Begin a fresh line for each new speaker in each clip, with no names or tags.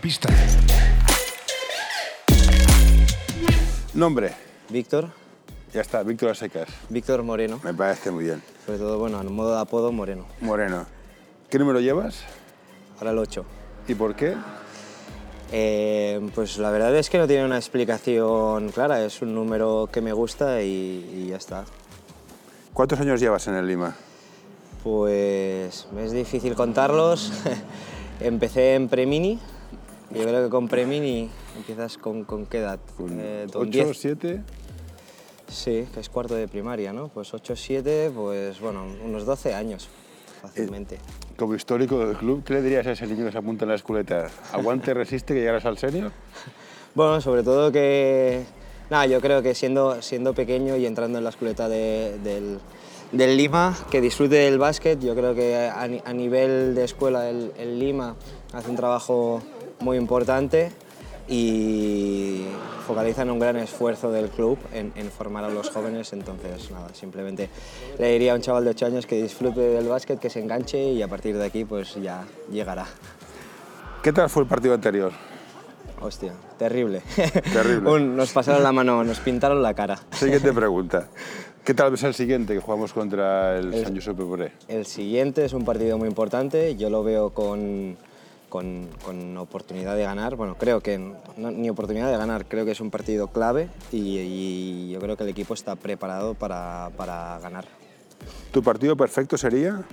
pista.
Nombre.
Víctor,
Ya está, Víctor a secas.
Víctor Moreno,
Me parece muy bien.
sobre todo, bueno, en modo de apodo Moreno.
Moreno. ¿Qué número llevas
Ahora el 8.
y por qué?
Eh, pues la verdad es que no tiene una explicación clara, es un número que me gusta y, y ya está.
¿Cuántos años llevas en el Lima?
Pues es difícil contarlos. Empecé en Premini, yo creo que con Premini empiezas con, con qué edad? Eh, con
¿Ocho,
10.
siete?
Sí, que es cuarto de primaria, ¿no? Pues 8, 7, pues bueno, unos 12 años, fácilmente.
Como histórico del club, ¿qué le dirías a ese niño que se apunta en la esculeta? ¿Aguante, resiste, que llegarás al senior?
Bueno, sobre todo que... Nada, yo creo que siendo, siendo pequeño y entrando en la esculeta de- del, del Lima, que disfrute del básquet, yo creo que a, ni- a nivel de escuela el, el Lima hace un trabajo muy importante y focalizan un gran esfuerzo del club en, en formar a los jóvenes, entonces nada, simplemente le diría a un chaval de 8 años que disfrute del básquet, que se enganche y a partir de aquí pues ya llegará.
¿Qué tal fue el partido anterior?
Hostia, terrible.
Terrible.
Un- nos pasaron la mano, nos pintaron la cara.
Siguiente pregunta. ¿Qué tal ves el siguiente que jugamos contra el San Giuseppe Boré?
El siguiente es un partido muy importante, yo lo veo con, con- con oportunidad de ganar. Bueno, creo que no, ni oportunidad de ganar, creo que es un partido clave y, y yo creo que el equipo está preparado para, para ganar.
¿Tu partido perfecto sería?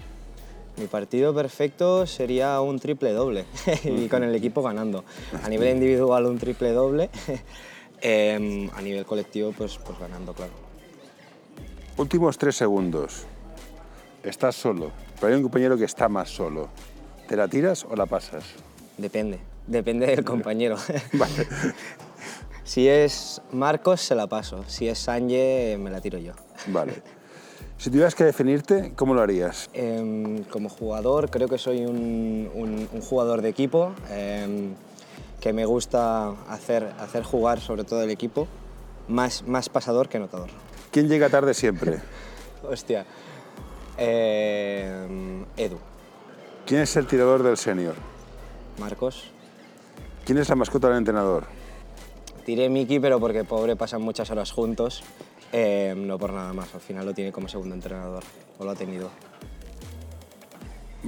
Mi partido perfecto sería un triple doble y con el equipo ganando. A nivel individual un triple doble, em, a nivel colectivo pues, pues ganando, claro.
Últimos tres segundos. Estás solo, pero hay un compañero que está más solo. ¿Te la tiras o la pasas?
Depende, depende del compañero. si es Marcos, se la paso. Si es Sánchez, me la tiro yo.
Vale. Si tuvieras que definirte, ¿cómo lo harías?
Em, como jugador, creo que soy un, un- un jugador de equipo, em, que me gusta hacer, hacer jugar sobre todo el equipo, más, más pasador que anotador.
¿Quién llega tarde siempre?
Hostia. Em, Edu,
¿Quién es el tirador del senior?
Marcos.
¿Quién es la mascota del entrenador?
Tiré Miki, pero porque pobre pasan muchas horas juntos. Em, no por nada más, al final lo tiene como segundo entrenador, o lo ha tenido.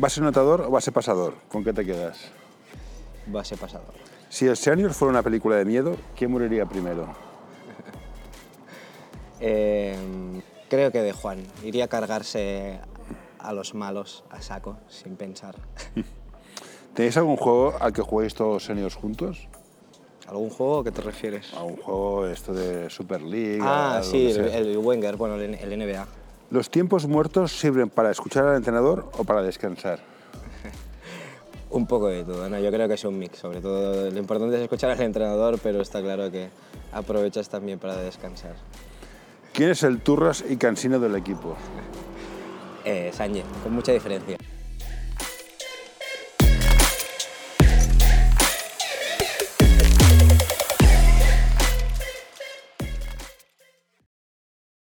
¿Va a ser notador o va a ser pasador? ¿Con qué te quedas?
Va a ser pasador.
Si el senior fuera una película de miedo, ¿quién moriría primero?
Em, creo que de Juan. Iría a cargarse a los malos a saco, sin pensar.
¿Tenéis algún juego al que juguéis todos seniors juntos?
¿Algún juego? ¿A qué te refieres?
A un juego esto de Super League.
Ah,
a Ah, lo
sí,
que
el,
sea.
el Wenger, bueno, el, el NBA.
¿Los tiempos muertos sirven para escuchar al entrenador o para descansar?
Un poco de todo, ¿no? Yo creo que es un mix, sobre todo. Lo importante es escuchar al entrenador, pero está claro que aprovechas también para descansar.
¿Quién es el turras y cansino del equipo?
Eh, Sánchez, con mucha diferencia.